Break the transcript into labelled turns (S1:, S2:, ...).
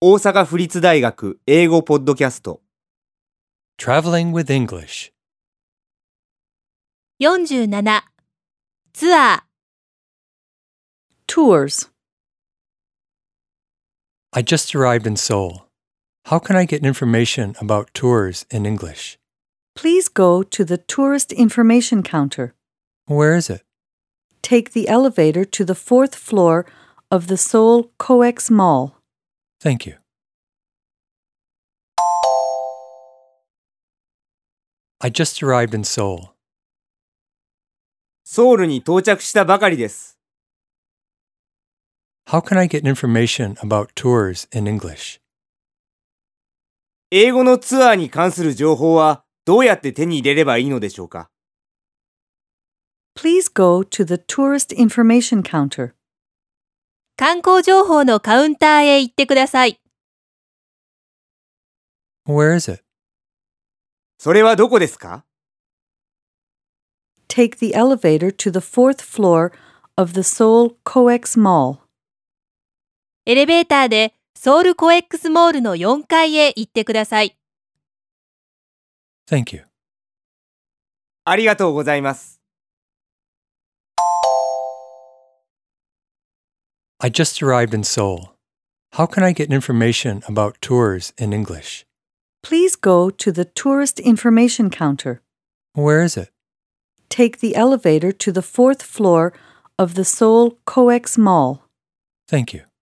S1: 大阪府立大学英語ポッドキャスト
S2: Traveling with English.
S3: 47ツア
S4: Tours.
S2: I just arrived in Seoul. How can I get information about tours in English?
S4: Please go to the tourist information counter.
S2: Where is it?
S4: Take the elevator to the fourth floor of the Seoul Coex Mall.
S2: Thank you. I just arrived in Seoul.
S1: ソウルに到着したばかりです
S2: How can I get information about tours in English?
S1: 英語のツアーに関する情報はどうやって手に入れればいいのでしょうか
S4: Please go to the tourist information counter.
S3: ー観光情報のカウンターへ行ってください。
S2: Where is it?
S1: それはどこですか
S4: Take the elevator to the fourth floor of the Seoul Coex Mall.
S3: エレベーターでソウルコエックスモールの4階へ行ってください。
S2: Thank you.
S1: ありがとうございます
S2: I just arrived in Seoul. How can I get information about tours in English?
S4: Please go to the tourist information counter.
S2: Where is it?
S4: Take the elevator to the fourth floor of the Seoul Coex Mall.
S2: Thank you.